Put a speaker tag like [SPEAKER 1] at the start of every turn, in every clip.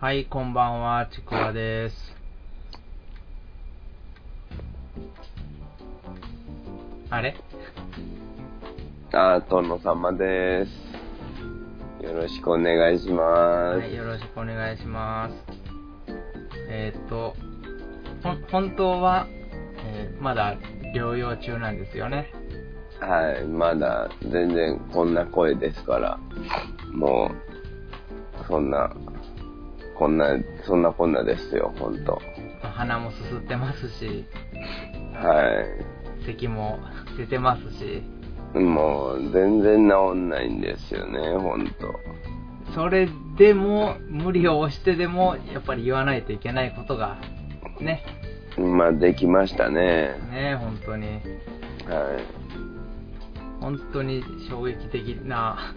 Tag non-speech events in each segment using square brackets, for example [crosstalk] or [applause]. [SPEAKER 1] はい、こんばんは、ちくわです。あれ
[SPEAKER 2] タートンのさんまです。よろしくお願いします。
[SPEAKER 1] はい、よろしくお願いします。えーっと、ほん本当は、えーまだ療養中なんですよね。
[SPEAKER 2] はい、まだ全然こんな声ですから、もう、そんな、こんな、そんなこんなですよ、ほんと。
[SPEAKER 1] 鼻もすすってますし、
[SPEAKER 2] は
[SPEAKER 1] 咳も出てますし、
[SPEAKER 2] い。もう、全然治んないんですよね、ほんと。
[SPEAKER 1] それでも無理を押してでもやっぱり言わないといけないことがね、
[SPEAKER 2] まあ、できましたね。
[SPEAKER 1] ね、本当に。
[SPEAKER 2] は。
[SPEAKER 1] 本当に衝撃的な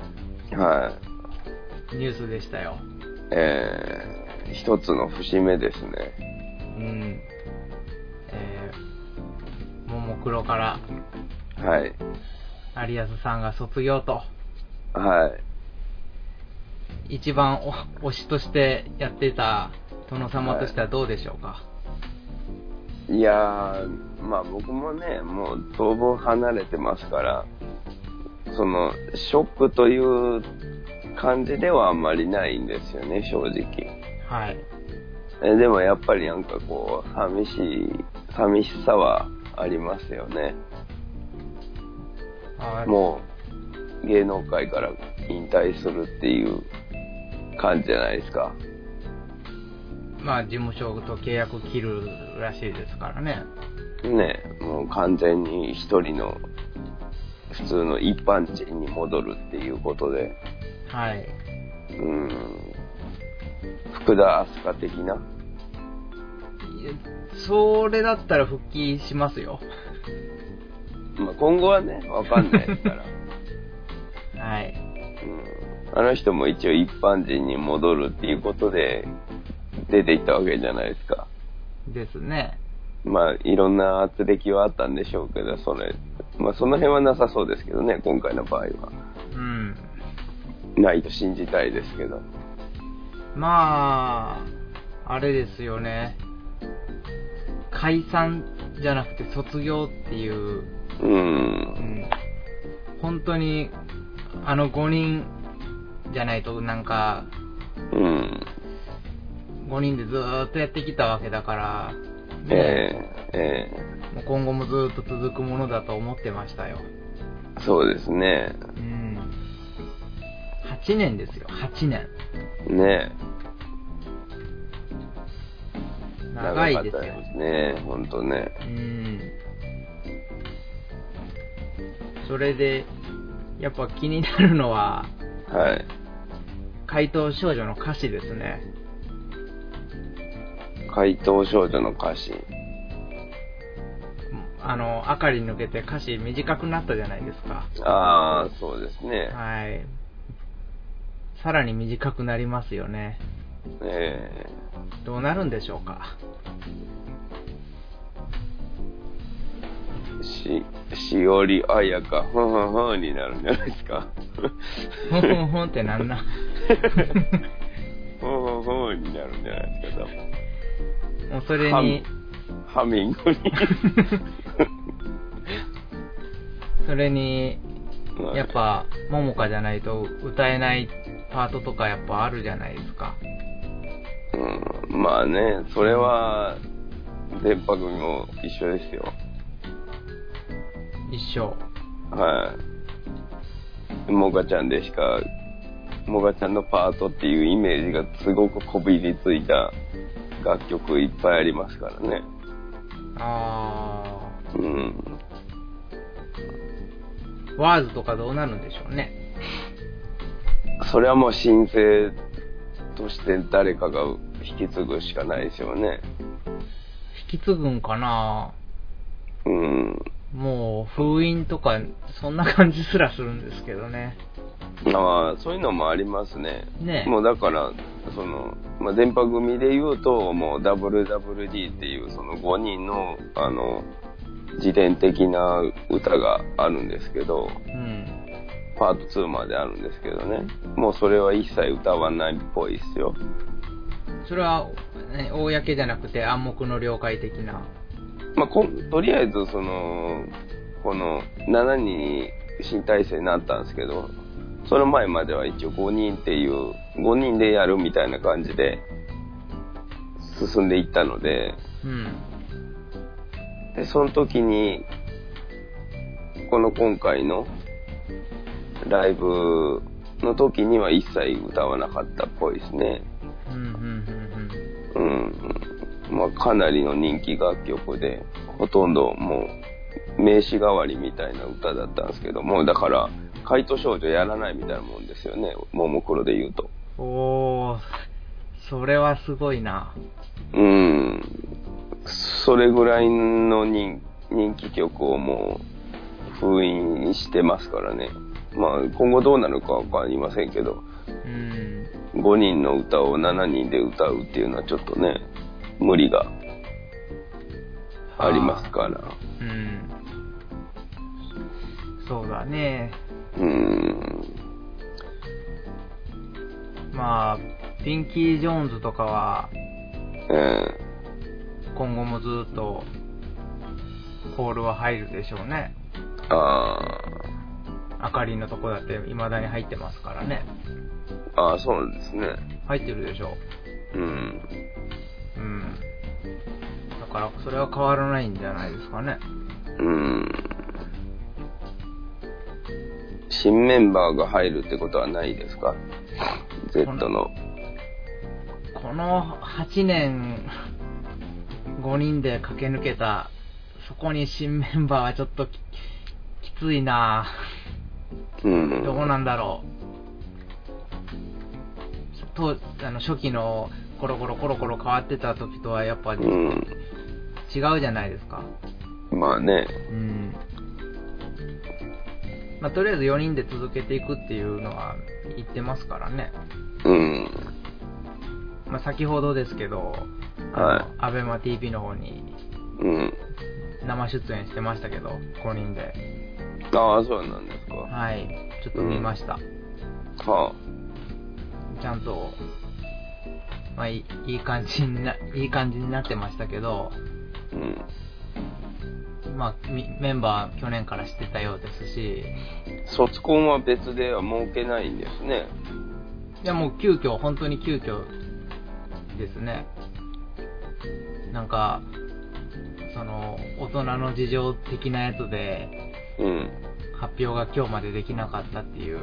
[SPEAKER 1] い [laughs]
[SPEAKER 2] はい。
[SPEAKER 1] ニュースでしたよ。
[SPEAKER 2] えー、一つの節目ですね。
[SPEAKER 1] うん。えー、ももクロから
[SPEAKER 2] はい。
[SPEAKER 1] 有安さんが卒業と、
[SPEAKER 2] はい。
[SPEAKER 1] 一番お推しとしてやっていた殿様としてはどうでしょうか。
[SPEAKER 2] いやー、まあ僕もね、もう当分離れてますから、その、ショックという感じではあんまりないんですよね、正直。
[SPEAKER 1] はい。
[SPEAKER 2] えでもやっぱりなんかこう、寂しい、寂しさはありますよね。
[SPEAKER 1] あー
[SPEAKER 2] もう、芸能界から引退するっていう感じじゃないですか。
[SPEAKER 1] まあ、事務所と契約切るらしいですからね。
[SPEAKER 2] ね、もう完全に一人の、普通の一般人に戻るっていうことで。
[SPEAKER 1] はい。
[SPEAKER 2] うん福田明日香的な。
[SPEAKER 1] いやそれだったら復帰しますよ。
[SPEAKER 2] まあ、今後はね、わかんないで
[SPEAKER 1] [laughs]
[SPEAKER 2] すから。
[SPEAKER 1] はい。
[SPEAKER 2] うん、あの人も一応一般人に戻るっていうことで出ていったわけじゃないですか。
[SPEAKER 1] ですね。
[SPEAKER 2] まあ、いろんな圧力はあったんでしょうけど、それ、まあ、その辺はなさそうですけどね、今回の場合は。
[SPEAKER 1] うん。
[SPEAKER 2] ないと信じたいですけど。
[SPEAKER 1] まあ、あれですよね。解散じゃなくて卒業っていう、う
[SPEAKER 2] う。
[SPEAKER 1] んん、本当にあの5人じゃないとなんか
[SPEAKER 2] うん。
[SPEAKER 1] 5人でずーっとやってきたわけだから、
[SPEAKER 2] え
[SPEAKER 1] ね
[SPEAKER 2] ええ
[SPEAKER 1] もう今後もずーっと続くものだと思ってましたよ。
[SPEAKER 2] えそうですね。
[SPEAKER 1] うん。8年ですよ、8年。
[SPEAKER 2] ね
[SPEAKER 1] 長いです
[SPEAKER 2] 長
[SPEAKER 1] よ
[SPEAKER 2] かった。ですね、ほんとね。
[SPEAKER 1] うんそれで、やっぱ気になるのは、
[SPEAKER 2] はい。
[SPEAKER 1] 怪盗少女の歌詞ですね。
[SPEAKER 2] 怪盗少女の歌詞。
[SPEAKER 1] あの、明かり抜けて歌詞短くなったじゃないですか。
[SPEAKER 2] ああ、そうですね。
[SPEAKER 1] はい。さらに短くなりますよね。
[SPEAKER 2] え
[SPEAKER 1] どうなるんでしょうか。
[SPEAKER 2] ー、し、しおりあやか、ふんふんふんになるんじゃないですか。
[SPEAKER 1] ふんふんふんってなんな。
[SPEAKER 2] ふんふんふんになるんじゃないですか、多分。
[SPEAKER 1] もうそれに、
[SPEAKER 2] ハミングに。
[SPEAKER 1] [laughs] それに、やっぱ、ももかじゃないと歌えないパートとかやっぱあるじゃないですか。
[SPEAKER 2] うん、まあね、それは、電波組も一緒ですよ。
[SPEAKER 1] 一生。
[SPEAKER 2] はい。もがちゃんでしか、もがちゃんのパートっていうイメージがすごくこびりついた楽曲いっぱいありますからね。
[SPEAKER 1] あ
[SPEAKER 2] うん。
[SPEAKER 1] ー、ワーズとかどうなるんでしょうね。
[SPEAKER 2] それはもう申請として誰かが引き継ぐしかないですよね。
[SPEAKER 1] 引き継ぐんかな
[SPEAKER 2] うん。
[SPEAKER 1] もう封印とか、そんな感じすらするんですけどね。
[SPEAKER 2] まあ、そういうのもありますね。
[SPEAKER 1] ねえ
[SPEAKER 2] もうだから、その、まあ、電波組で言うと、もう WWD っていうその5人の、あの、自伝的な歌があるんですけど、
[SPEAKER 1] うん。
[SPEAKER 2] パート2まであるんですけどね。もうそれは一切歌わないっぽいですよ。
[SPEAKER 1] それは、ね、公じゃなくて暗黙の了解的な。
[SPEAKER 2] まあ、こんとりあえずそのこの7人新体制になったんですけどその前までは一応5人っていう5人でやるみたいな感じで進んでいったので
[SPEAKER 1] うん。
[SPEAKER 2] でその時にこの今回のライブの時には一切歌わなかったっぽいですね
[SPEAKER 1] うん、うん、うん、
[SPEAKER 2] うんまあ、かなりの人気楽曲でほとんどもう名詞代わりみたいな歌だったんですけどもうだから怪盗少女やらないみたいなもんですよねももクロで言うと
[SPEAKER 1] うん。おー、それはすごいな。
[SPEAKER 2] うんそれぐらいの人人気曲をもう封印してますからねまあ今後どうなるかわかりませんけど
[SPEAKER 1] うん。
[SPEAKER 2] 5人の歌を7人で歌うっていうのはちょっとね無理がありますから
[SPEAKER 1] うん。そうだね。
[SPEAKER 2] うーん
[SPEAKER 1] まあ、ピンキー・ジョーンズとかは、
[SPEAKER 2] え
[SPEAKER 1] 今後もずっと、ホールは入るでしょうね。
[SPEAKER 2] ー、あ
[SPEAKER 1] 明かりのとこだって未だに入ってますからね。
[SPEAKER 2] ーあーそうなんですね
[SPEAKER 1] 入ってるでしょ
[SPEAKER 2] うん
[SPEAKER 1] う。うん。だから、それは変わらないんじゃないですかね。
[SPEAKER 2] うん新メンバーが入るってことはないですか Z の
[SPEAKER 1] この8年、5人で駆け抜けた、そこに新メンバーはちょっとききついな
[SPEAKER 2] う
[SPEAKER 1] ぁ
[SPEAKER 2] ん
[SPEAKER 1] どうなんだろう。とあの初期のコロコロコロコロ変わってた時とはやっぱ違
[SPEAKER 2] う
[SPEAKER 1] うんじゃないですか。
[SPEAKER 2] まあね
[SPEAKER 1] うん。まあ、とりあえず4人で続けていくっていうのは言ってますからね。
[SPEAKER 2] うん
[SPEAKER 1] まあ、先ほどですけど、
[SPEAKER 2] は
[SPEAKER 1] あの、ABEMATV の方に
[SPEAKER 2] うん
[SPEAKER 1] 生出演してましたけど、5人で。
[SPEAKER 2] ああそうなんですか
[SPEAKER 1] はい。ちょっと見ました。
[SPEAKER 2] は
[SPEAKER 1] ちゃんと、まあ、いいいい感じにな、いい感じになってましたけど、
[SPEAKER 2] あうん
[SPEAKER 1] まあ、みメンバー去年からしてたようですし、
[SPEAKER 2] 卒コンは別では設けないんですね
[SPEAKER 1] いやもう急遽、本当に急遽ですね。なんか、その、大人の事情的なやつで、
[SPEAKER 2] うん
[SPEAKER 1] 発表が今日までできなかったっていう、
[SPEAKER 2] う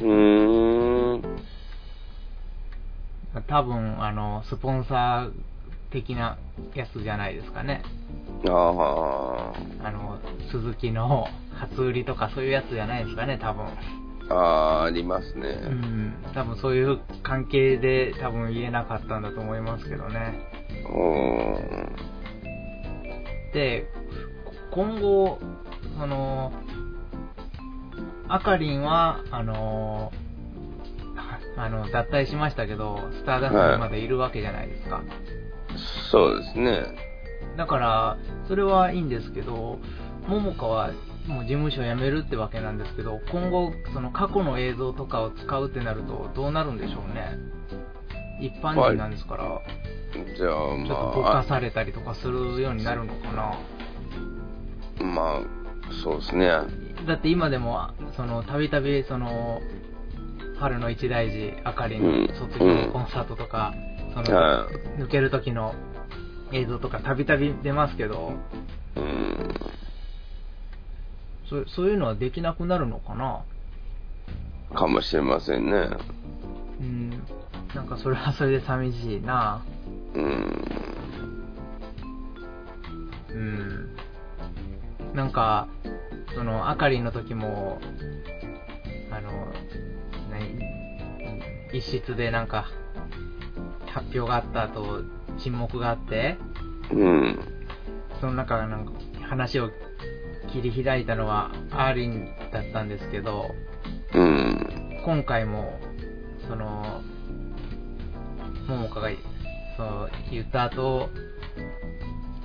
[SPEAKER 2] ーん
[SPEAKER 1] まあ多分、あの、スポンサー的なやつじゃないですかね。
[SPEAKER 2] ああ
[SPEAKER 1] あの、鈴木の [laughs] 初売りとかそういうやつじゃないですかね、多分。
[SPEAKER 2] あーありますね、
[SPEAKER 1] うん。多分そういう関係で多分言えなかったんだと思いますけどね。
[SPEAKER 2] お
[SPEAKER 1] で、こ今後、その、あかりんは、あの、あの、脱退しましたけど、スターダストにまだいるわけじゃないですか。
[SPEAKER 2] そうですね
[SPEAKER 1] だから、それはいいんですけど、ももかはもう事務所を辞めるってわけなんですけど、今後、その過去の映像とかを使うってなると、どうなるんでしょうね。一般人なんですから、
[SPEAKER 2] じ
[SPEAKER 1] ち
[SPEAKER 2] ゃあ
[SPEAKER 1] ょっ
[SPEAKER 2] ま
[SPEAKER 1] とぼ
[SPEAKER 2] あ
[SPEAKER 1] かされたりとかするようになるのかな。
[SPEAKER 2] あまあそうですね
[SPEAKER 1] だって今でも、その、たびたび、その、春の一大事、あかりの卒業コンサートとか、その、
[SPEAKER 2] は
[SPEAKER 1] 抜ける時の映像とか、たびたび出ますけど、
[SPEAKER 2] いうん
[SPEAKER 1] そそういうのはできなくなるのかな
[SPEAKER 2] かもしれませんね
[SPEAKER 1] うん、なんかそれはそれで寂しいな
[SPEAKER 2] うん
[SPEAKER 1] うん。なんか、その、あかりんの時も、あの、何、一室でなんか、発表があった後、沈黙があって、
[SPEAKER 2] うん
[SPEAKER 1] その中、なんか、話を切り開いたのは、あーりんだったんですけど、
[SPEAKER 2] うん
[SPEAKER 1] 今回もそのももかがその言った後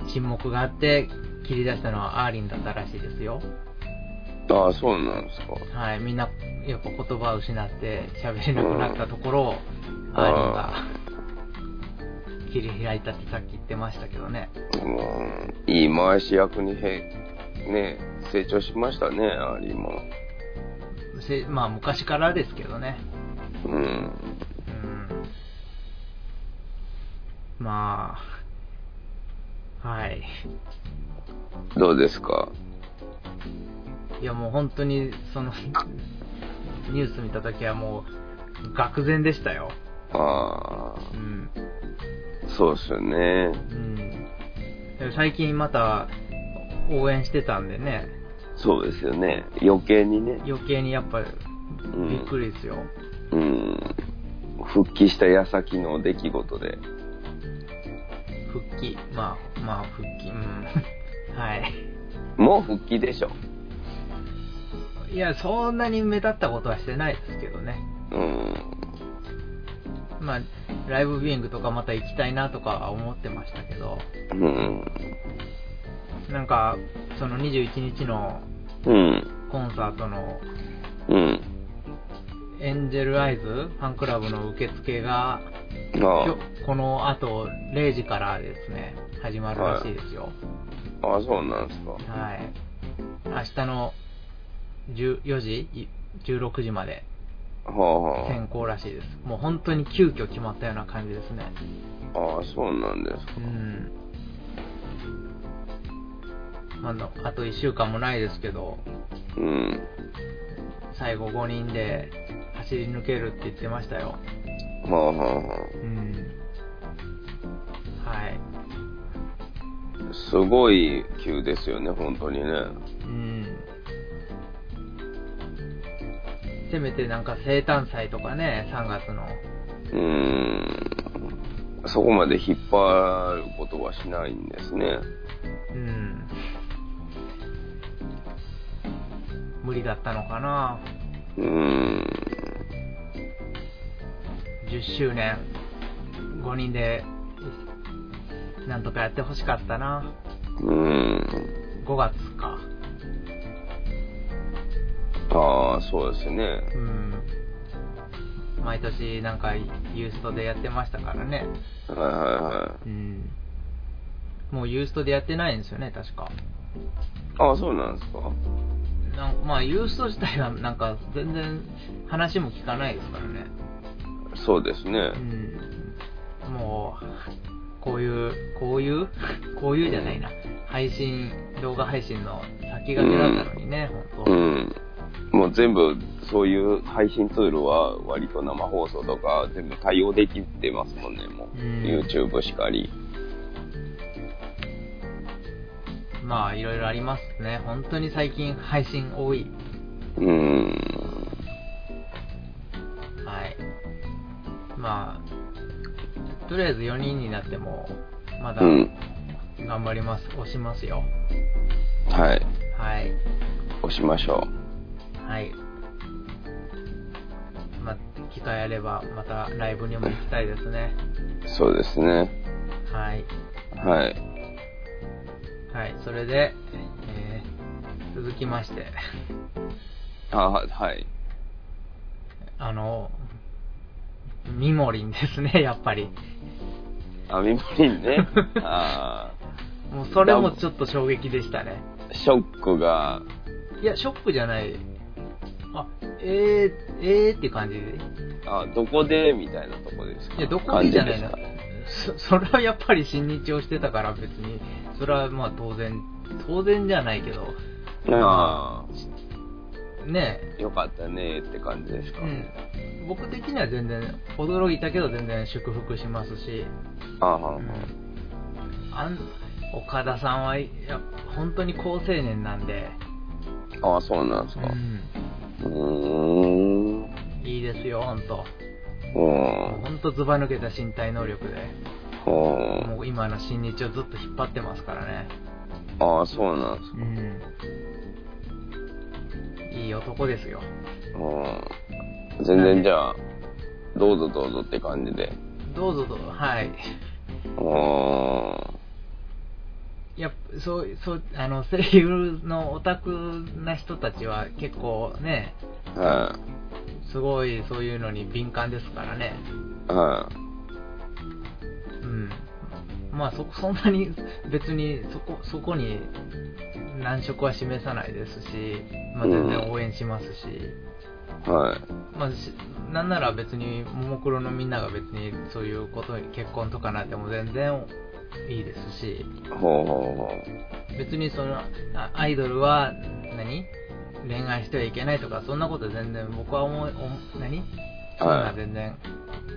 [SPEAKER 1] 沈黙があって切り出したのはアーリンだったらしいですよ
[SPEAKER 2] ああそうなんですか
[SPEAKER 1] はいみんなやっぱ言葉を失って喋れなくなったところを
[SPEAKER 2] ん
[SPEAKER 1] アーリンが切り開いたってさっき言ってましたけどね。
[SPEAKER 2] もう、いい回し役にへ、ね、成長しましたね、アリも。
[SPEAKER 1] せまあ昔からですけどね。
[SPEAKER 2] うん。
[SPEAKER 1] うん。まあ、はい。
[SPEAKER 2] どうですか
[SPEAKER 1] いやもう本当に、その、ニュース見た時はもう、愕然でしたよ。
[SPEAKER 2] ああ、
[SPEAKER 1] うん。
[SPEAKER 2] そうっすよね。
[SPEAKER 1] うん。最近また、応援してたんでね、
[SPEAKER 2] そうですよね。余計にね。
[SPEAKER 1] 余計にやっぱ、
[SPEAKER 2] ん
[SPEAKER 1] びっくりですよ。
[SPEAKER 2] うん。復帰した矢先の出来事で。
[SPEAKER 1] 復帰。まあ、まあ、復帰。うん。 [laughs] はい。
[SPEAKER 2] もう復帰でしょ。
[SPEAKER 1] いや、そんなに目立ったことはしてないですけどね。
[SPEAKER 2] うん。
[SPEAKER 1] まあ、ライブビューイングとかまた行きたいなとかは思ってましたけど、
[SPEAKER 2] うん。
[SPEAKER 1] なんか、その21日の
[SPEAKER 2] うん。
[SPEAKER 1] コンサートの
[SPEAKER 2] うん。
[SPEAKER 1] エンジェルアイズファンクラブの受付が、
[SPEAKER 2] あ
[SPEAKER 1] 今日この後0時からですね、始まるらしいですよ。
[SPEAKER 2] あ、あそうなんですか。
[SPEAKER 1] はい。明日の14時い16時まで
[SPEAKER 2] はあ、は
[SPEAKER 1] 先行らしいです。もう本当に急遽決まったような感じですね。
[SPEAKER 2] あ。ああ、そうなんですか。
[SPEAKER 1] うんあのあと1週間もないですけど
[SPEAKER 2] うん。
[SPEAKER 1] 最後5人で走り抜けるって言ってましたよ
[SPEAKER 2] はあ、はあ、は
[SPEAKER 1] うんはい
[SPEAKER 2] あ。すごい急ですよね、本当にね。
[SPEAKER 1] うんせめてなんか生誕祭とかね3月の
[SPEAKER 2] うん。そこまで引っ張ることはしないんですね。
[SPEAKER 1] うん無理だったのかな
[SPEAKER 2] うん。
[SPEAKER 1] 10周年5人でなんとかやってほしかったな
[SPEAKER 2] うん。
[SPEAKER 1] 5月か
[SPEAKER 2] ああ、そうですね。
[SPEAKER 1] うん毎年なんかユーストでやってましたからね
[SPEAKER 2] はいはいは
[SPEAKER 1] う
[SPEAKER 2] い。
[SPEAKER 1] んもうユーストでやってないんですよね確か
[SPEAKER 2] ああ、そうなんですか。
[SPEAKER 1] なんまあユースト自体はなんか全然話も聞かないですからね
[SPEAKER 2] そうですね
[SPEAKER 1] う。んもうこういうこういうこういうじゃないな配信動画配信の先駆けだったのにね、本
[SPEAKER 2] う
[SPEAKER 1] 当
[SPEAKER 2] ん。もう全部、そういう配信ツールは、割と生放送とか、全部対応できてますもんね、もう。
[SPEAKER 1] うん
[SPEAKER 2] YouTube しかり。
[SPEAKER 1] まあいろいろありますね本当に最近配信多い
[SPEAKER 2] うん。
[SPEAKER 1] はい。まあ、とりあえず4人になっても、まだ
[SPEAKER 2] うん。
[SPEAKER 1] 頑張ります。押しますよ。
[SPEAKER 2] はい。
[SPEAKER 1] はい。
[SPEAKER 2] 押しましょ
[SPEAKER 1] はい。まあ、機会あれば、またライブにも行きたいですね。
[SPEAKER 2] う。そうですね。
[SPEAKER 1] はい。
[SPEAKER 2] はい。
[SPEAKER 1] はい。それで、えー続きまして、
[SPEAKER 2] あははい。
[SPEAKER 1] あの、ミモリンですね、 [laughs] やっぱり。
[SPEAKER 2] あ、ミモリ
[SPEAKER 1] [laughs]
[SPEAKER 2] ンね。あ
[SPEAKER 1] もうそれもちょっと衝撃でしたね。
[SPEAKER 2] あ。ショックが、
[SPEAKER 1] いや、ショックじゃない。あ、えー、えーって感じで
[SPEAKER 2] あ、どこでみたいなとこですか
[SPEAKER 1] いや、どこでじゃない
[SPEAKER 2] 感
[SPEAKER 1] な
[SPEAKER 2] じですか。
[SPEAKER 1] そ [laughs] それはやっぱり親日をしてたから別に、それはまあ当然、当然じゃないけど、
[SPEAKER 2] あ
[SPEAKER 1] ね
[SPEAKER 2] あ、よかったねって感じですか。
[SPEAKER 1] うん、僕的には全然、驚いたけど全然祝福しますし、
[SPEAKER 2] ああ、
[SPEAKER 1] あん岡田さんはいや本当に好青年なんで、
[SPEAKER 2] ああ、そうなんですか。うーん。
[SPEAKER 1] いいですよ、本当
[SPEAKER 2] うん。
[SPEAKER 1] 本当ずば抜けた身体能力で、
[SPEAKER 2] うん
[SPEAKER 1] もう今の親日をずっと引っ張ってますからね。
[SPEAKER 2] ああ、そうなんですか。
[SPEAKER 1] いい男ですよ。
[SPEAKER 2] うん。全然じゃあ、どうぞどうぞって感じで。
[SPEAKER 1] どうぞどうぞ、はい。
[SPEAKER 2] うん。
[SPEAKER 1] やっぱそう、そう、あの、声優のオタクな人たちは結構ね、
[SPEAKER 2] は
[SPEAKER 1] すごいそういうのに敏感ですからね。
[SPEAKER 2] い。は
[SPEAKER 1] うん。まあそそんなに別にそこそこに難色は示さないですし、まあ、全然応援しますし、
[SPEAKER 2] はい。
[SPEAKER 1] まあ、しなんなら別にももクロのみんなが別にそういうことに結婚とかなっても全然いいですし
[SPEAKER 2] ほうほうほ
[SPEAKER 1] 別にそのあアイドルは何恋愛してはいけないとかそんなこと全然僕は思いお何そんな全然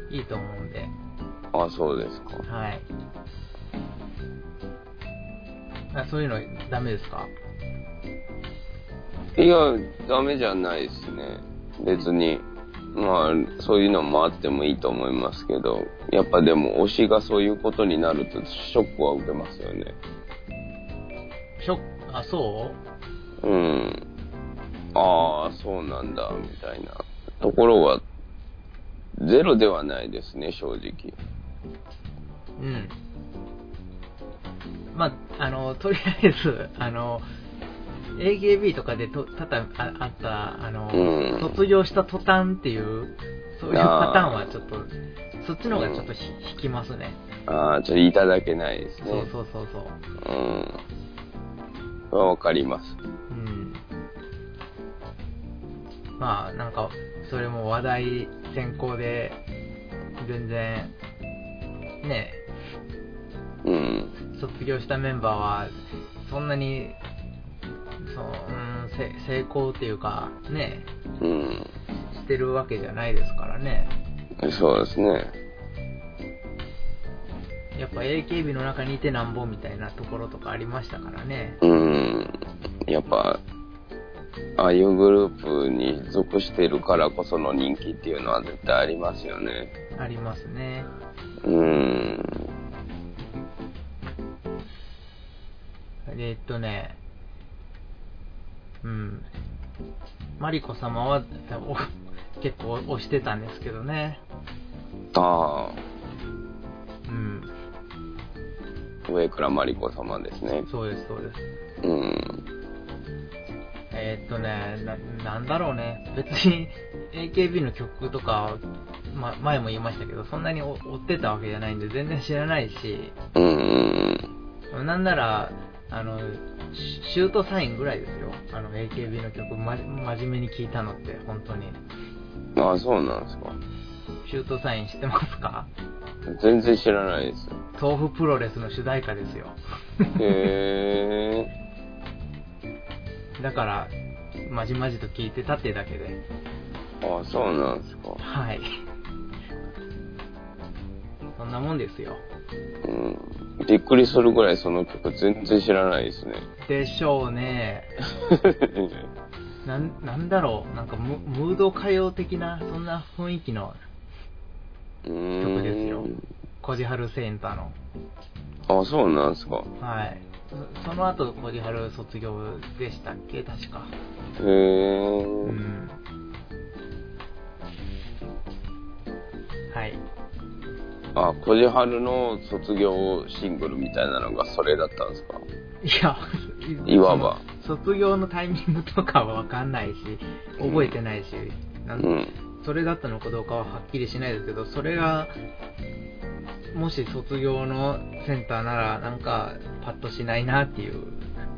[SPEAKER 1] いいと思うんで、
[SPEAKER 2] う。あ、そうですか。
[SPEAKER 1] はい。あそういうのダメですか
[SPEAKER 2] いや、ダメじゃないですね。別に。まあ、そういうのもあってもいいと思いますけど、やっぱでも推しがそういうことになるとショックは受けますよね。
[SPEAKER 1] ショック、あ、そう
[SPEAKER 2] うん。ああ、そうなんだ、みたいな。ところは、ゼロではないですね、正直。
[SPEAKER 1] うん。まあ、あの、とりあえず、 [laughs] あの、AKB とかでと多々ああった、あの、
[SPEAKER 2] うん
[SPEAKER 1] 卒業した途端っていう、そういうパターンはちょっと、そっちの方がちょっとひ引きますね。
[SPEAKER 2] ああ、ちょっといただけないですね。
[SPEAKER 1] そうそうそうそう。
[SPEAKER 2] うん。それはわかります。
[SPEAKER 1] うん。まあ、なんか、それも話題先行で、全然、ね、
[SPEAKER 2] うん。
[SPEAKER 1] 卒業したメンバーは、そんなに、そう、うん、せ成功っていうか、ね、
[SPEAKER 2] うん。
[SPEAKER 1] してるわけじゃないですからね。
[SPEAKER 2] そうですね。
[SPEAKER 1] やっぱ AKB の中にいてなんぼみたいなところとかありましたからね。
[SPEAKER 2] うん。やっぱ、ああいうグループに属してるからこその人気っていうのは絶対ありますよね。
[SPEAKER 1] ありますね。
[SPEAKER 2] うん。
[SPEAKER 1] えーっとね、うん、マリコ様は [laughs] お結構押してたんですけどね、
[SPEAKER 2] ああ、
[SPEAKER 1] うん、
[SPEAKER 2] 上倉まりこ様ですね。
[SPEAKER 1] そうです、そうです。
[SPEAKER 2] うん。
[SPEAKER 1] えーっとねな、なんだろうね、別に AKB の曲とか、ま、前も言いましたけど、そんなにお追ってたわけじゃないんで、全然知らないし、
[SPEAKER 2] うん。
[SPEAKER 1] なんなら、あの、シシュートサインぐらいですよ、あの AKB の曲、ま、真面目に聞いたのって、本当に。
[SPEAKER 2] ああ、そうなんですか。
[SPEAKER 1] シュートサインしてますか
[SPEAKER 2] 全然知らないです。
[SPEAKER 1] 豆腐プロレスの主題歌ですよ [laughs]
[SPEAKER 2] へえ。
[SPEAKER 1] だからまじまじと聞いてたってだけで
[SPEAKER 2] ああ、そうなんですか。
[SPEAKER 1] はいそんなもんですよ
[SPEAKER 2] うん。びっくりするぐらいその曲全然知らないですね。
[SPEAKER 1] でしょうねなんなんだろうなんかムムード歌謡的なそんな雰囲気の
[SPEAKER 2] [laughs] うん。
[SPEAKER 1] 曲ですよコジハルセンターの
[SPEAKER 2] ああ、そうなんですか。
[SPEAKER 1] はいそその後コジハル卒業でしたっけ確か
[SPEAKER 2] へえ。
[SPEAKER 1] うんはい
[SPEAKER 2] あ、こじはるの卒業シングルみたいなのがそれだったんですか
[SPEAKER 1] いや、
[SPEAKER 2] いわば
[SPEAKER 1] その卒業のタイミングとかはわかんないし、覚えてないし、な
[SPEAKER 2] うんん。
[SPEAKER 1] それだったのかどうかははっきりしないですけど、それが、もし卒業のセンターなら、なんか、パッとしないなっていう、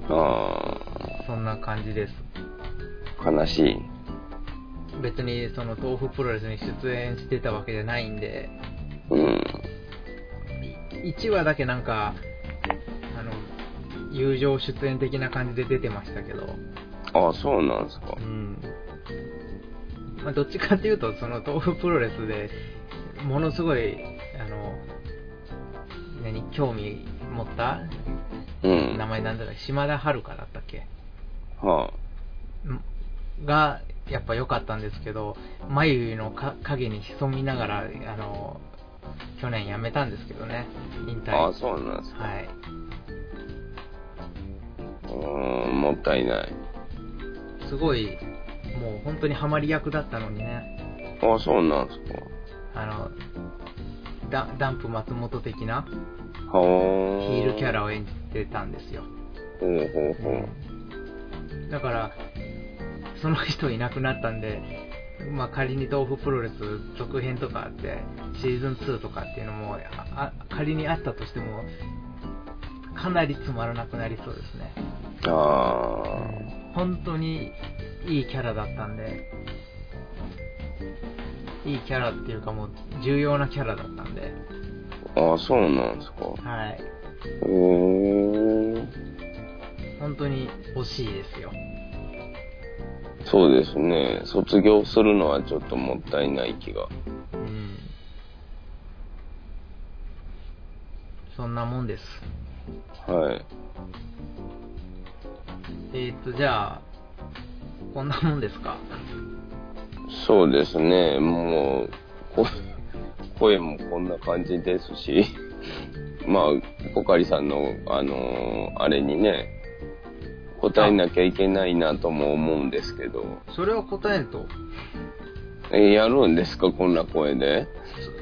[SPEAKER 2] あ
[SPEAKER 1] そんな感じです。
[SPEAKER 2] あ、悲しい。
[SPEAKER 1] 別に、その、豆腐プロレスに出演してたわけじゃないんで、
[SPEAKER 2] うん。
[SPEAKER 1] 1話だけなんか、あの、友情出演的な感じで出てましたけど、
[SPEAKER 2] ああ、そうなんですか
[SPEAKER 1] う。んまあ、どっちかっていうとその豆腐プロレスでものすごいあの何興味持った
[SPEAKER 2] うん。
[SPEAKER 1] 名前なんだろう島田遥香だったっけ
[SPEAKER 2] は
[SPEAKER 1] んがやっぱ良かったんですけど眉のか影に潜みながらあの去年辞めたんですけどね引
[SPEAKER 2] あ、
[SPEAKER 1] 退
[SPEAKER 2] ああ、
[SPEAKER 1] は
[SPEAKER 2] そうなんですか。
[SPEAKER 1] いう
[SPEAKER 2] ーん、もったいない。
[SPEAKER 1] すごいもう本当にハマり役だったのにね
[SPEAKER 2] ああ、そうなんですか。
[SPEAKER 1] あのダダンプ松本的な
[SPEAKER 2] はー
[SPEAKER 1] ヒールキャラを演じてたんですよ、
[SPEAKER 2] ほうほうほう。
[SPEAKER 1] だからその人いなくなったんで、まあ、仮に豆腐プロレス続編とかあってシーズン2とかっていうのもああ仮にあったとしてもかなりつまらなくなりそうですね
[SPEAKER 2] あ
[SPEAKER 1] 本当にいいキャラだったんでいいキャラっていうかもう重要なキャラだったんで
[SPEAKER 2] ーあー、そうなんですか。
[SPEAKER 1] はい
[SPEAKER 2] へー
[SPEAKER 1] 本当に惜しいですよ
[SPEAKER 2] そうですね。卒業するのはちょっともったいない気が。
[SPEAKER 1] うんそんなもんです
[SPEAKER 2] はい。
[SPEAKER 1] えー、っとじゃあこんなもんですか
[SPEAKER 2] そうですね。もう、こ [laughs] 声もこんな感じですし、 [laughs] まあ、ポカリさんの、あのーあれにね、答えなきゃいけないなとも思うんですけど、
[SPEAKER 1] それは答えんと
[SPEAKER 2] えやるんですかこんな声で。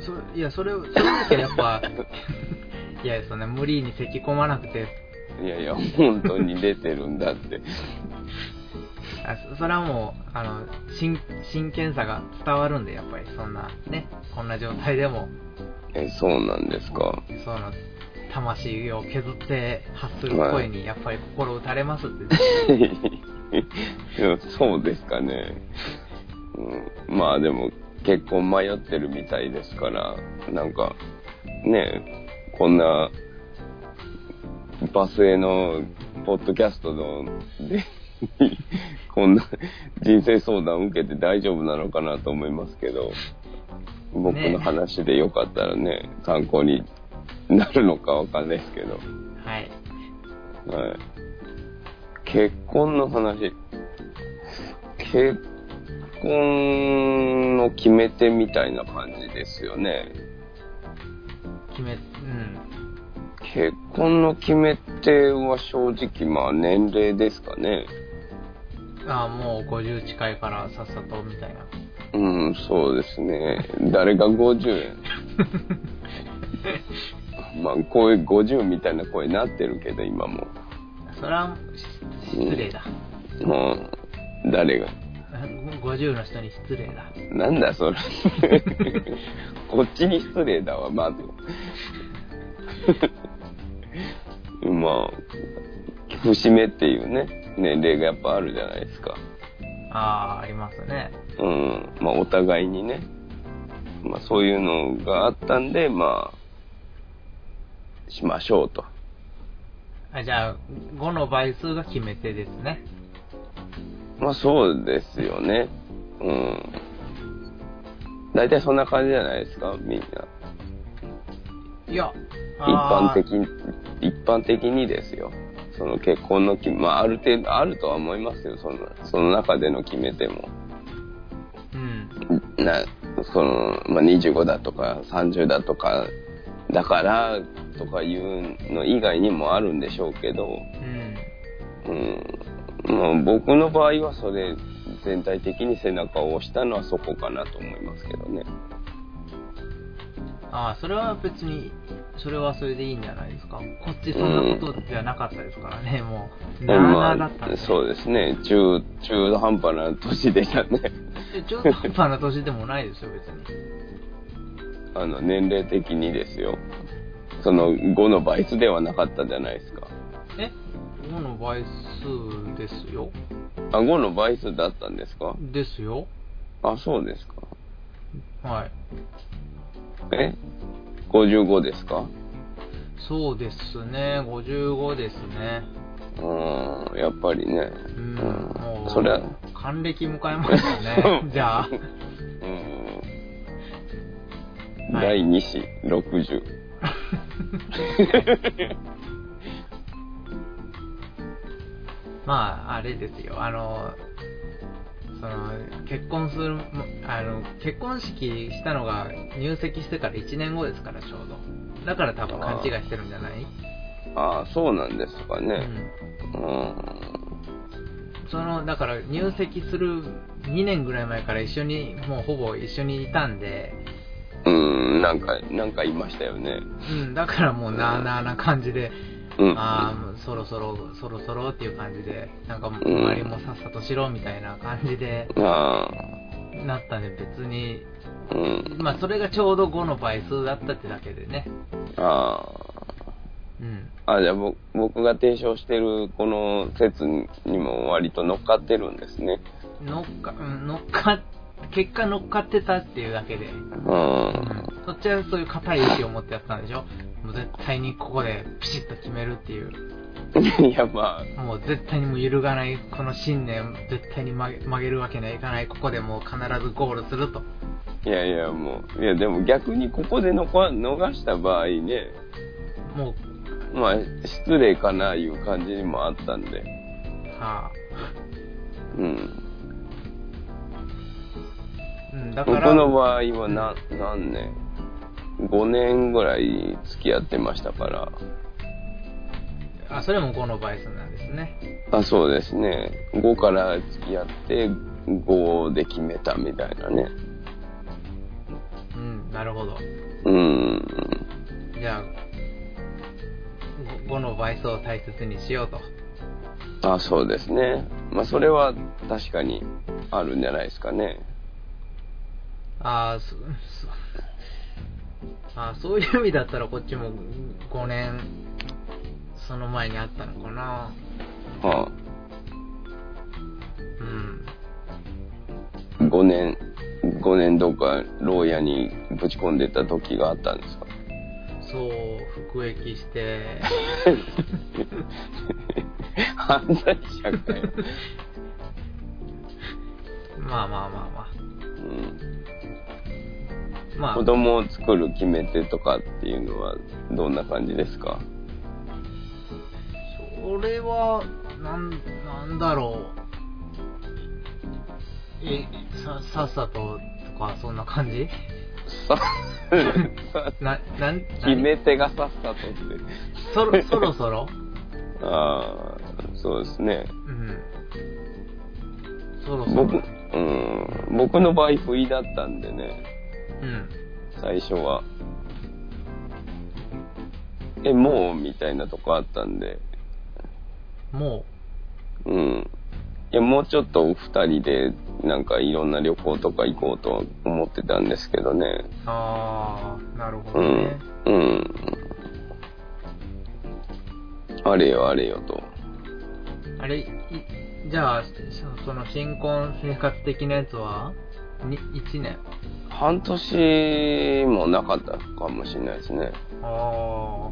[SPEAKER 1] そそいやそれそれだけやっぱ [laughs] いやそんな無理に咳き込まなくて
[SPEAKER 2] いやいや、本当に出てるんだって。
[SPEAKER 1] あそそれはもうあの真真剣さが伝わるんでやっぱりそんなねこんな状態でも
[SPEAKER 2] え、そうなんですか。
[SPEAKER 1] その魂を削って発する声にやっぱり心打たれますって、
[SPEAKER 2] いやそうですかね、うん、まあでも結婚迷ってるみたいですからなんかねこんなバスへのポッドキャストので [laughs] こんな人生相談受けて大丈夫なのかなと思いますけど僕の話でよかったらね参考になるのかわかんないですけど。
[SPEAKER 1] はい
[SPEAKER 2] はい。結婚の話。結婚の決め手みたいな感じですよね。
[SPEAKER 1] 決めうん
[SPEAKER 2] 結婚の決め手は正直まあ年齢ですかね。
[SPEAKER 1] あもう50近いからさっさとみたいな
[SPEAKER 2] うん、そうですね。誰が50円まあ声50みたいな声になってるけど今も。
[SPEAKER 1] それはし失礼だ
[SPEAKER 2] もう誰が。
[SPEAKER 1] 50の人に失礼だ
[SPEAKER 2] なんだそれ。 [laughs] こっちに失礼だわ、まず。 [laughs] まあ、節目っていうね、年齢がやっぱあるじゃないですか。
[SPEAKER 1] ああありますね
[SPEAKER 2] うん。まあ、お互いにね。まあ、そういうのがあったんで、まあ、しましょうと。
[SPEAKER 1] あじゃあ5の倍数が決め手ですね
[SPEAKER 2] まあ、そうですよね。うん。大体そんな感じじゃないですか、みんな。
[SPEAKER 1] いや
[SPEAKER 2] 一般
[SPEAKER 1] あー
[SPEAKER 2] 的に一般的にですよその結婚のきまあある程度あるとは思いますよそのその中での決め手も
[SPEAKER 1] うん
[SPEAKER 2] なその、まあ、25だとか30だとかだからとかいうの以外にもあるんでしょうけど、
[SPEAKER 1] うん
[SPEAKER 2] うんまあ、僕の場合はそれ全体的に背中を押したのはそこかなと思いますけどね
[SPEAKER 1] ああそれは別にそれはそれでいいんじゃないですかこっちそんなことではなかったですからね、もうなあなあだったんで、
[SPEAKER 2] そうですね中中途半端な年でしたね
[SPEAKER 1] え中途半端な年でもないですよ別に
[SPEAKER 2] あの年齢的にですよその5の倍数ではなかったじゃないですか
[SPEAKER 1] え5の倍数ですよ
[SPEAKER 2] あ5の倍数だったんですか
[SPEAKER 1] ですよ
[SPEAKER 2] あそうですか
[SPEAKER 1] はい
[SPEAKER 2] え55ですか
[SPEAKER 1] そうですね55ですね
[SPEAKER 2] うーんやっぱりね
[SPEAKER 1] う
[SPEAKER 2] うんん
[SPEAKER 1] もう
[SPEAKER 2] そりゃ
[SPEAKER 1] 還暦迎えましたね [laughs] じゃあ
[SPEAKER 2] うん
[SPEAKER 1] はい
[SPEAKER 2] 第2子60
[SPEAKER 1] まああれですよあのその結婚するあの結婚式したのが入籍してから1年後ですからちょうどだから多分勘違いしてるんじゃない、
[SPEAKER 2] ああそうなんですか
[SPEAKER 1] うん、
[SPEAKER 2] ねうん
[SPEAKER 1] そのだから入籍する2年ぐらい前から一緒にもうほぼ一緒にいたんで、
[SPEAKER 2] うんなんかなんかいましたよね
[SPEAKER 1] うん、だからもうなあなあな感じで、
[SPEAKER 2] うん
[SPEAKER 1] ああもうそろそろそろそろっていう感じでなんか周りもさっさとしろみたいな感じで
[SPEAKER 2] ああ
[SPEAKER 1] なったんで別に
[SPEAKER 2] うん。
[SPEAKER 1] まあ、それがちょうど5の倍数だったってだけでね。
[SPEAKER 2] あ
[SPEAKER 1] うん。
[SPEAKER 2] あ。あ、じゃあ僕僕が提唱してるこの説にも割と乗っかってるんですね。
[SPEAKER 1] 乗っか、うん乗っか、結果乗っかってたっていうだけで。
[SPEAKER 2] うん。 [laughs]
[SPEAKER 1] そっちはそういう硬い意志を持ってやってたんでしょもう絶対にここでピシッと決めるっていう。
[SPEAKER 2] いや、まあ、
[SPEAKER 1] もう絶対にもう揺るがない、この信念、絶対に曲げ曲げるわけにはいかない。ここでもう必ずゴールすると。
[SPEAKER 2] いやいや、もう、いや、でも逆にここでのこ逃した場合ね、
[SPEAKER 1] も
[SPEAKER 2] まあ、失礼かないう感じにもあったんで。
[SPEAKER 1] う、はあ、
[SPEAKER 2] うん。
[SPEAKER 1] うん、だか
[SPEAKER 2] 僕
[SPEAKER 1] ら、
[SPEAKER 2] の場合はな何年 ?5 年ぐらい付き合ってましたから。
[SPEAKER 1] あ、それも5の倍数なんですね。
[SPEAKER 2] あ、そうですね。5から付き合って、5で決めたみたいなね。
[SPEAKER 1] うん、なるほど。
[SPEAKER 2] うん。
[SPEAKER 1] じゃあ、5の倍数を大切にしようと。
[SPEAKER 2] あ、そうですね。まあ、それは確かにあるんじゃないですかね。
[SPEAKER 1] ああ、そ、そあーそういう意味だったらこっちも5年、その前にあったのかな。
[SPEAKER 2] は
[SPEAKER 1] うん。
[SPEAKER 2] あ、5年、5年どっか牢屋にぶち込んでた時があったんですか
[SPEAKER 1] そう、服役して、
[SPEAKER 2] 犯罪者かよ。
[SPEAKER 1] まあまあまあ
[SPEAKER 2] うん
[SPEAKER 1] まあ。まあ
[SPEAKER 2] 子、供を作る決め手とかっていうのはどんな感じですか
[SPEAKER 1] それは、なん、なんだろう。え、さ、さっさと、とか、そんな感じ
[SPEAKER 2] さ
[SPEAKER 1] [laughs] な、なん、
[SPEAKER 2] 決
[SPEAKER 1] な
[SPEAKER 2] め手がさっさとって
[SPEAKER 1] そろ、そろそろ
[SPEAKER 2] ああそうですね
[SPEAKER 1] うん。そろそろ。
[SPEAKER 2] 僕うん僕の場合不意だったんでね
[SPEAKER 1] うん。
[SPEAKER 2] 最初はえもうみたいなとこあったんで
[SPEAKER 1] も
[SPEAKER 2] うんいやもうちょっと2人でなんかいろんな旅行とか行こうと思ってたんですけどね
[SPEAKER 1] う、あー、なるほ
[SPEAKER 2] う
[SPEAKER 1] ど
[SPEAKER 2] ん
[SPEAKER 1] ね。
[SPEAKER 2] うんあれよあれよと
[SPEAKER 1] あれ、いじゃあ、そその新婚生活的なやつは、に1年。
[SPEAKER 2] 半年もなかったかもしれないですね
[SPEAKER 1] あー。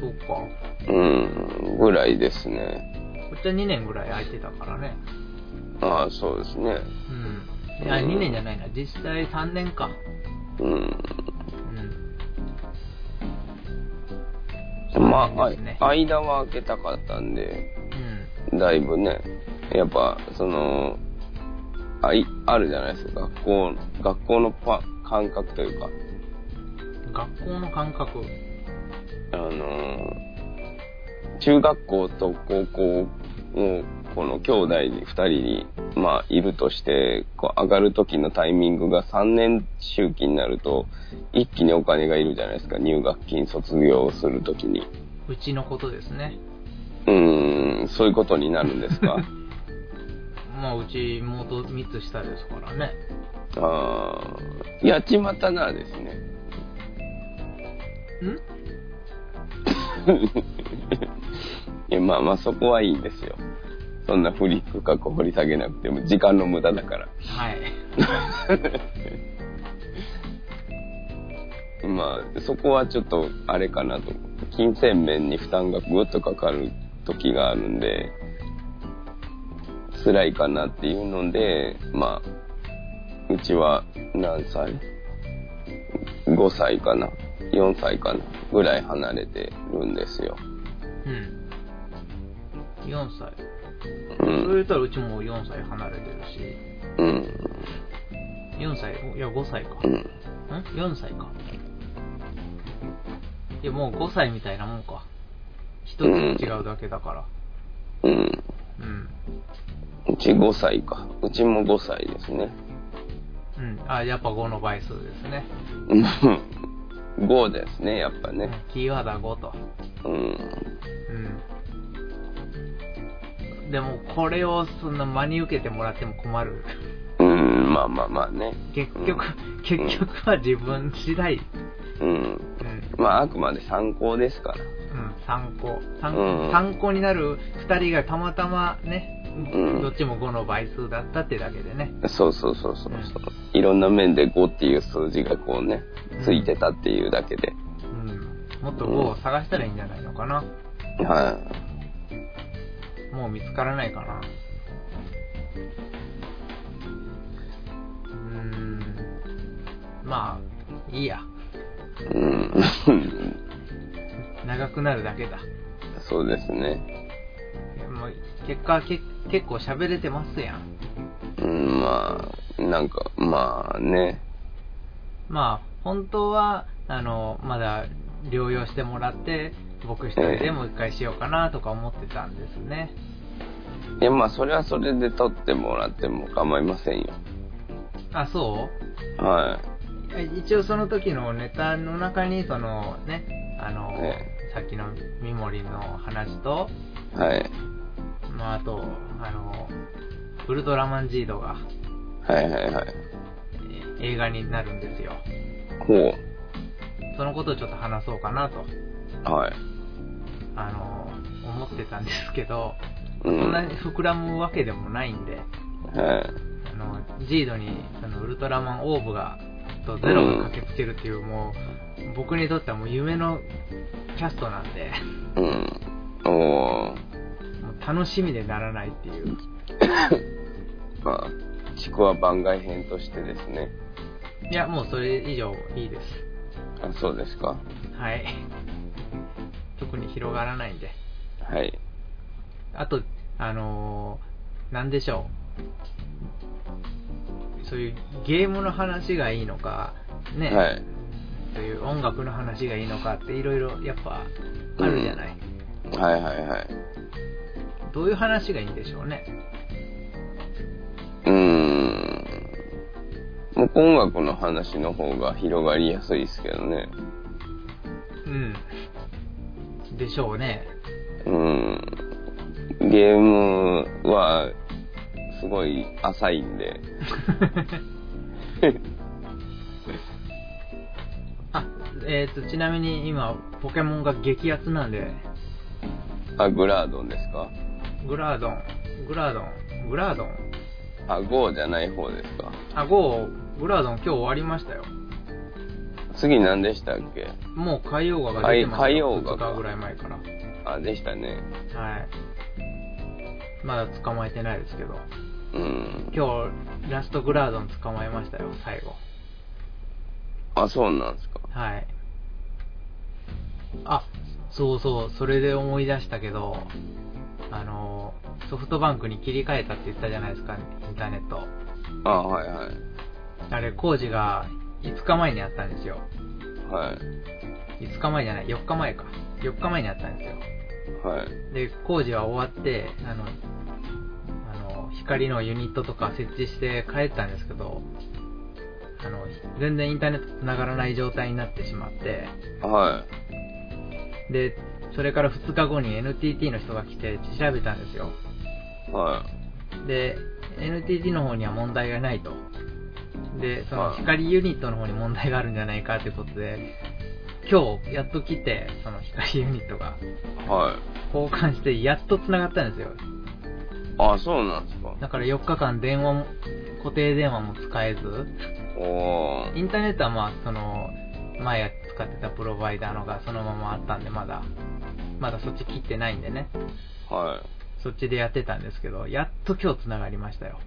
[SPEAKER 1] そうか。こ
[SPEAKER 2] うんぐらいですね
[SPEAKER 1] っちは2年ぐらい空いてたからね。
[SPEAKER 2] ああそうですね
[SPEAKER 1] うん。いや、
[SPEAKER 2] うん
[SPEAKER 1] 2年じゃないな。実際3年か。
[SPEAKER 2] うん
[SPEAKER 1] うん。
[SPEAKER 2] まあ
[SPEAKER 1] そうですね
[SPEAKER 2] あ間は空けたかったんで
[SPEAKER 1] うん。
[SPEAKER 2] だいぶねやっぱそのあいあるじゃないですか学校学校のパ感覚というか
[SPEAKER 1] 学校の感覚。
[SPEAKER 2] あのー中学校と高校をこの兄弟に2人に、まあ、いるとしてこう上がる時のタイミングが3年周期になると一気にお金がいるじゃないですか入学金卒業する時に
[SPEAKER 1] うちのことですね。
[SPEAKER 2] うーんそういうことになるんですか
[SPEAKER 1] まあ、うち妹3つ下ですからね。
[SPEAKER 2] あーやっちまったなですね
[SPEAKER 1] ん
[SPEAKER 2] いやまあまあそこはいいんですよそんなフリックかく掘り下げなくても時間の無駄だから
[SPEAKER 1] はい。
[SPEAKER 2] まあそこはちょっとあれかなと金銭面に負担がぐっとかかる時があるんで辛いかなっていうのでまあうちは何歳 ?5 歳かな4歳かなぐらい離れてるんですよ、
[SPEAKER 1] うん。4歳。
[SPEAKER 2] う
[SPEAKER 1] それ
[SPEAKER 2] ん
[SPEAKER 1] 言ったらうちも4歳離れてるし、
[SPEAKER 2] うん
[SPEAKER 1] 4歳、おいや5歳か。
[SPEAKER 2] うんん
[SPEAKER 1] ?4 歳か。いや、もう5歳みたいなもんか。一つ違うだけだから。
[SPEAKER 2] うん
[SPEAKER 1] うん。
[SPEAKER 2] うち5歳かうちも5歳ですね
[SPEAKER 1] うん。あ、やっぱ5の倍数ですね。
[SPEAKER 2] うん5です [laughs] ねやっぱ
[SPEAKER 1] う
[SPEAKER 2] ね
[SPEAKER 1] んキーワードは5と。
[SPEAKER 2] うん
[SPEAKER 1] うん。でも、これをそんな真に受けてもらっても困る。
[SPEAKER 2] ううん、まあまあまあね。
[SPEAKER 1] 結局、結局は自分次第。う
[SPEAKER 2] うん。
[SPEAKER 1] ん。
[SPEAKER 2] まあ、あくまで参考ですから。
[SPEAKER 1] うん、参考。参
[SPEAKER 2] うん
[SPEAKER 1] 参考になる2人がたまたまね、
[SPEAKER 2] うん
[SPEAKER 1] どっちも5の倍数だったってだけでね。
[SPEAKER 2] そうそうそうそうそう。いろんな面で5っていう数字がこうね、ついてたっていうだけで。
[SPEAKER 1] うん。もっと5を探したらいいんじゃないのかな。
[SPEAKER 2] はい。
[SPEAKER 1] もう見つからないかな。うーん。まあ、いいや。 [laughs]
[SPEAKER 2] うん。 [laughs]
[SPEAKER 1] 長くなるだけだ。
[SPEAKER 2] そうですね。
[SPEAKER 1] もう結果け、結構喋れてますやん。
[SPEAKER 2] うん、まあ、なんか、まあね。
[SPEAKER 1] まあ、本当は、あの、まだ療養してもらって、僕一人でもう一回しようかなとか思ってたんですね。
[SPEAKER 2] いや、まあ、それはそれで取ってもらっても構いませんよ。
[SPEAKER 1] あ、そ
[SPEAKER 2] は
[SPEAKER 1] うえ一応その時のネタの中に、そのね、あの、
[SPEAKER 2] え
[SPEAKER 1] さっきのミモリの話と、
[SPEAKER 2] い。はい。
[SPEAKER 1] まあ、あと、あの、ウルトラマンジードが
[SPEAKER 2] はいはいはい。
[SPEAKER 1] え映画になるんですよ。
[SPEAKER 2] ほ
[SPEAKER 1] そのことをちょっと話そうかなと、
[SPEAKER 2] う。はい。
[SPEAKER 1] あの、思ってたんですけど、
[SPEAKER 2] う
[SPEAKER 1] そん
[SPEAKER 2] ん。
[SPEAKER 1] な
[SPEAKER 2] はい
[SPEAKER 1] に。膨らむわけでもないんで、あのジードにそのウルトラマンオーブがとゼロが駆けつけるっていう、もう僕にとってはもう夢のキャストなんで
[SPEAKER 2] うん。おー。
[SPEAKER 1] もう楽しみでならないっていう
[SPEAKER 2] まあ、ちくわ番外編としてですね。
[SPEAKER 1] いやもうそれ以上いいです
[SPEAKER 2] あ、そうですか。
[SPEAKER 1] はい特に広がらないんで
[SPEAKER 2] はい。
[SPEAKER 1] あとあのー、なんでしょうそういうゲームの話がいいのかね、
[SPEAKER 2] はい
[SPEAKER 1] そういう音楽の話がいいのかっていろいろやっぱあるじゃない、
[SPEAKER 2] はいはいはい。
[SPEAKER 1] どういう話がいいんでしょうね。
[SPEAKER 2] うーん。もう音楽の話の方が広がりやすいですけどね。
[SPEAKER 1] うん。でしょうね。
[SPEAKER 2] うん。ゲームは、すごい浅いんで。
[SPEAKER 1] [laughs] あ、えっ、ー、と、ちなみに今、ポケモンが激アツなんで、
[SPEAKER 2] あ、グラードンですか
[SPEAKER 1] グラードン、グラードン、グラードン。
[SPEAKER 2] あ、GO じゃない方ですか
[SPEAKER 1] あ、ゴー、グラードン今日終わりましたよ。
[SPEAKER 2] 次何でしたっけ
[SPEAKER 1] もう海洋画が出てます
[SPEAKER 2] 海海
[SPEAKER 1] よ。
[SPEAKER 2] 洋画か
[SPEAKER 1] 2日ぐらい前から。
[SPEAKER 2] あ、でしたね。
[SPEAKER 1] はい。まだ捕まえてないですけど、
[SPEAKER 2] うん。
[SPEAKER 1] 今日、ラストグラードン捕まえましたよ、最後。
[SPEAKER 2] あ、そうなんですか。
[SPEAKER 1] はい。あ、そうそう、それで思い出したけど、あの、ソフトバンクに切り替えたって言ったじゃないですか、インターネット。
[SPEAKER 2] あ、はいはい。
[SPEAKER 1] あれ、工事が5日前にあったんですよ。
[SPEAKER 2] はい。
[SPEAKER 1] 5日前じゃない、4日前か。4日前にあったんですよ。
[SPEAKER 2] はい。
[SPEAKER 1] で、工事は終わって、あの、あの、光のユニットとか設置して帰ったんですけど、あの、全然インターネット繋がらない状態になってしまって、
[SPEAKER 2] は
[SPEAKER 1] で、それから2日後に NTT の人が来て調べたんですよ。
[SPEAKER 2] い。は
[SPEAKER 1] で、NTT の方には問題がないと。で、その
[SPEAKER 2] はい
[SPEAKER 1] 光ユニットの方に問題があるんじゃないかということで、今日やっと来て、その光ユニットが
[SPEAKER 2] い。はい。
[SPEAKER 1] 交換して、やっと繋がったんですよ。
[SPEAKER 2] あ、そうなんですか。
[SPEAKER 1] だから4日間電話も、固定電話も使えず、
[SPEAKER 2] おー。
[SPEAKER 1] インターネットはまあ、その、前使ってたプロバイダーのがそのままあったんで、まだ、まだそっち切ってないんでね。
[SPEAKER 2] は
[SPEAKER 1] そっちでやってたんですけど、やっと今日つながりましたよ。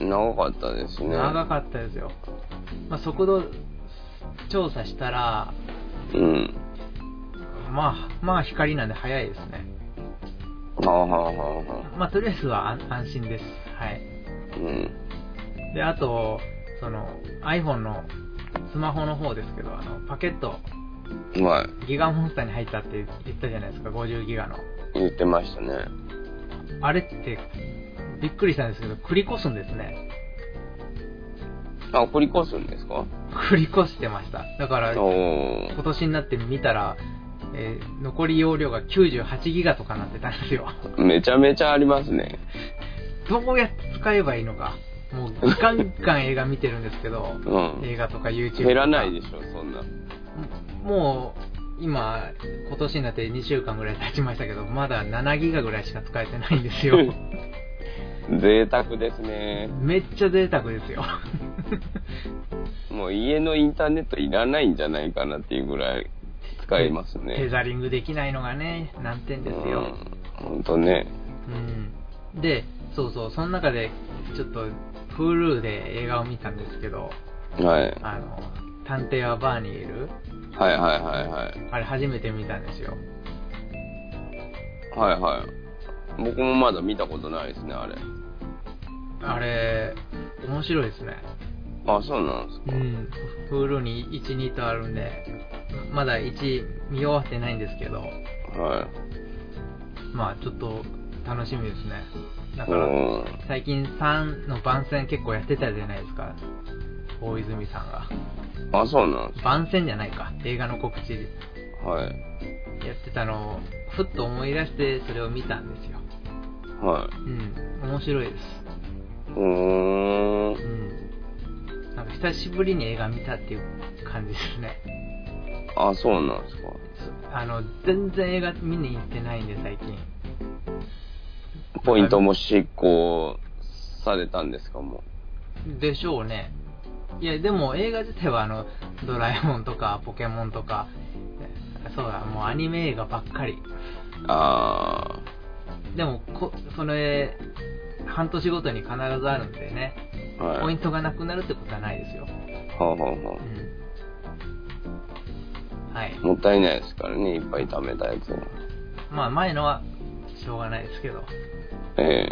[SPEAKER 2] い。長かったですね。
[SPEAKER 1] 長かったですよ。まあ、速度調査したら、
[SPEAKER 2] うん。
[SPEAKER 1] まあ、まあ光なんで早いですね。
[SPEAKER 2] はあ、はあはあはあ、
[SPEAKER 1] まあ、とりあえずは安安心です。はい。
[SPEAKER 2] うん。
[SPEAKER 1] で、あと、その iPhone のスマホの方ですけど、あのパケット、
[SPEAKER 2] はい。
[SPEAKER 1] ギガモンスターに入ったって言ったじゃないですか、50ギガの。
[SPEAKER 2] 言ってましたね。
[SPEAKER 1] あれって、びっくりしたんですけど、繰り越すんですね。
[SPEAKER 2] あ、繰り越すんですか
[SPEAKER 1] 繰り越してました。だから、
[SPEAKER 2] おー
[SPEAKER 1] 今。年になって見たら、えー残り容量が98ギガとかなってたんですよ。 [laughs]
[SPEAKER 2] めちゃめちゃありますね。
[SPEAKER 1] どうやって使えばいいのか。もうガンガン映画見てるんですけど、
[SPEAKER 2] うん。
[SPEAKER 1] 映画とか YouTube とか
[SPEAKER 2] 減らないでしょ、そんな。
[SPEAKER 1] もう今今年になって2週間ぐらい経ちましたけどまだ7ギガぐらいしか使えてないんですよ
[SPEAKER 2] 贅沢ですね。
[SPEAKER 1] めっちゃ贅沢ですよ
[SPEAKER 2] もう家のインターネットいらないんじゃないかなっていうぐらい使えます
[SPEAKER 1] [laughs] テ
[SPEAKER 2] ね。
[SPEAKER 1] ザリングできないのがね難点ですよ、
[SPEAKER 2] うん。ほんとね。
[SPEAKER 1] うん、でそうそうその中でちょっと Hulu で映画を見たんですけど
[SPEAKER 2] はい。
[SPEAKER 1] あの探偵はバーにいる
[SPEAKER 2] はいはいはいはい。
[SPEAKER 1] あれ初めて見たんですよ
[SPEAKER 2] はいはい。僕もまだ見たことないですね、あれ。
[SPEAKER 1] あれ面白いですね
[SPEAKER 2] あ、そうなんです
[SPEAKER 1] う
[SPEAKER 2] か。
[SPEAKER 1] ん、プールに1、2とあるんで、まだ1見終わってないんですけど、
[SPEAKER 2] はい。
[SPEAKER 1] まあちょっと楽しみですね。だ
[SPEAKER 2] う
[SPEAKER 1] から、
[SPEAKER 2] ん。
[SPEAKER 1] 最近3の番宣結構やってたじゃないですか。大泉さんが。
[SPEAKER 2] あ、そうなんで
[SPEAKER 1] 番宣じゃないか。映画の告知や
[SPEAKER 2] す。はい。
[SPEAKER 1] ってたのを、ふっと思い出してそれを見たんですよ。
[SPEAKER 2] は
[SPEAKER 1] うん、面白いです。
[SPEAKER 2] い。うー
[SPEAKER 1] う。
[SPEAKER 2] ん
[SPEAKER 1] ん。なんか久しぶりに映画見たっていう感じですね。
[SPEAKER 2] あ、そうなんですか。
[SPEAKER 1] あの、全然映画見に行ってないんで最近。
[SPEAKER 2] ポイントも執行されたんですか、も
[SPEAKER 1] でしょうね。いや、でも映画自体はあの、ドラえもんとかポケモンとか、そうだ、もうアニメ映画ばっかり。
[SPEAKER 2] う。あ
[SPEAKER 1] でもこ、それ、半年ごとに必ずあるんでね、
[SPEAKER 2] あ。はい。
[SPEAKER 1] ポイントがなくなるってことはないですよ。
[SPEAKER 2] はあ、はあは
[SPEAKER 1] うん。はい
[SPEAKER 2] あ、。もったいないですからね、いっぱい貯めたやつを。
[SPEAKER 1] まあ、前のはしょうがないですけど、
[SPEAKER 2] え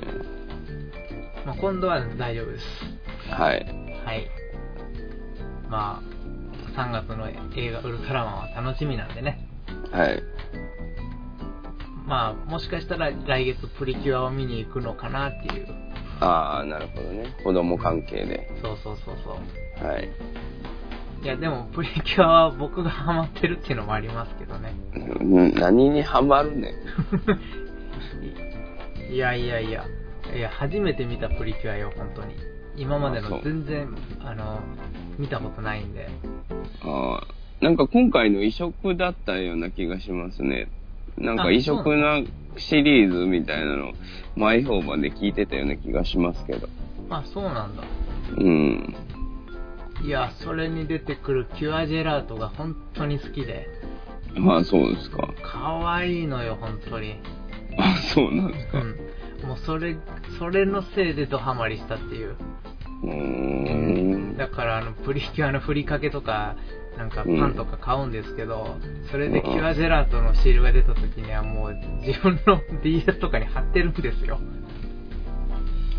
[SPEAKER 1] まあ、今度は大丈夫です。
[SPEAKER 2] えはい。
[SPEAKER 1] はい。まあ、3月の映画ウルトラマンは楽しみなんでね。
[SPEAKER 2] はい。
[SPEAKER 1] まあ、もしかしたら来月プリキュアを見に行くのかなっていう。
[SPEAKER 2] ああ、なるほどね。子供関係で。
[SPEAKER 1] そうそうそうそう。
[SPEAKER 2] はい。
[SPEAKER 1] いや、でもプリキュアは僕がハマってるっていうのもありますけどね。
[SPEAKER 2] うん何にハマるねん。
[SPEAKER 1] いやいやいや。いや、初めて見たプリキュアよ、本当に。今まで
[SPEAKER 2] あそ
[SPEAKER 1] の
[SPEAKER 2] う
[SPEAKER 1] 全然、あの、見たことないんで。
[SPEAKER 2] あーなんか今回の異色だったような気がしますね。なんか異色なシリーズみたいなの、前評判で聞いてたような気がしますけど。
[SPEAKER 1] あ、そうなんだ。
[SPEAKER 2] うん。
[SPEAKER 1] いや、それに出てくるキュアジェラートが本当に好きで。
[SPEAKER 2] まあそうですか。
[SPEAKER 1] 可愛いのよ、本当に。
[SPEAKER 2] あそうなんです
[SPEAKER 1] う。
[SPEAKER 2] か。うん
[SPEAKER 1] もうそれ、それのせいでドハマりしたっていう。
[SPEAKER 2] ーん。
[SPEAKER 1] だからあのプリ [laughs] キュアのふりかけとかなんかパンとか買うんですけど、それでキュアジェラートのシールが出た時にはもう自分の [laughs] DS とかに貼ってるんですよ、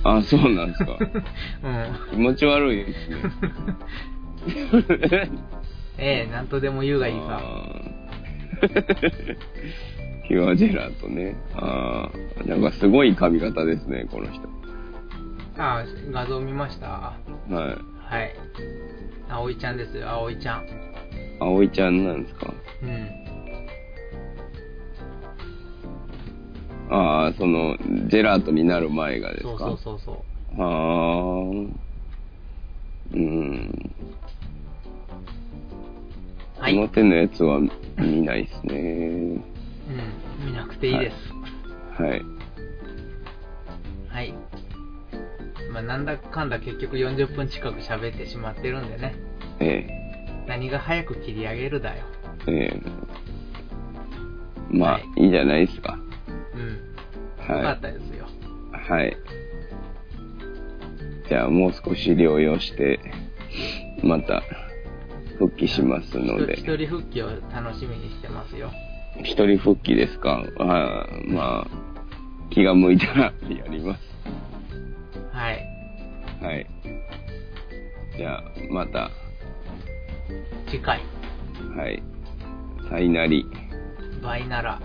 [SPEAKER 2] あそうなんですか。
[SPEAKER 1] うん、 [laughs]
[SPEAKER 2] 気持ち悪いですね。
[SPEAKER 1] ええなんとでも言うがいいさ
[SPEAKER 2] [laughs] あーキュアジェラートね。ああ、なんかすごい髪型ですね、この人。
[SPEAKER 1] あ画像見ました
[SPEAKER 2] はい。
[SPEAKER 1] はい葵ちゃんですよ葵ちゃん
[SPEAKER 2] 葵ちゃんなんですか
[SPEAKER 1] うん
[SPEAKER 2] ああ、その、ジェラートになる前がです
[SPEAKER 1] そう
[SPEAKER 2] か
[SPEAKER 1] そうそうそう
[SPEAKER 2] ああ、うん。
[SPEAKER 1] はい、うん、
[SPEAKER 2] 表のやつは見ないですね。
[SPEAKER 1] 見なくていいです
[SPEAKER 2] はい。
[SPEAKER 1] はい、まあ、なんだかんだ結局40分近く喋ってしまってるんでね
[SPEAKER 2] ええ、
[SPEAKER 1] 何が早く切り上げるだよ
[SPEAKER 2] ええ。まあ、
[SPEAKER 1] はい
[SPEAKER 2] い、いんじゃないですか。
[SPEAKER 1] うん、よか
[SPEAKER 2] は
[SPEAKER 1] ったですよ。
[SPEAKER 2] い。はい。じゃあ、もう少し療養して、また、復帰しますので
[SPEAKER 1] 一。人一人復帰を楽しみにしてますよ。
[SPEAKER 2] 一人復帰ですかあーまあ、気が向いたらやります。
[SPEAKER 1] はい。
[SPEAKER 2] はい。じゃあ、また、
[SPEAKER 1] 次回、
[SPEAKER 2] はい。さいなり。
[SPEAKER 1] バイなら。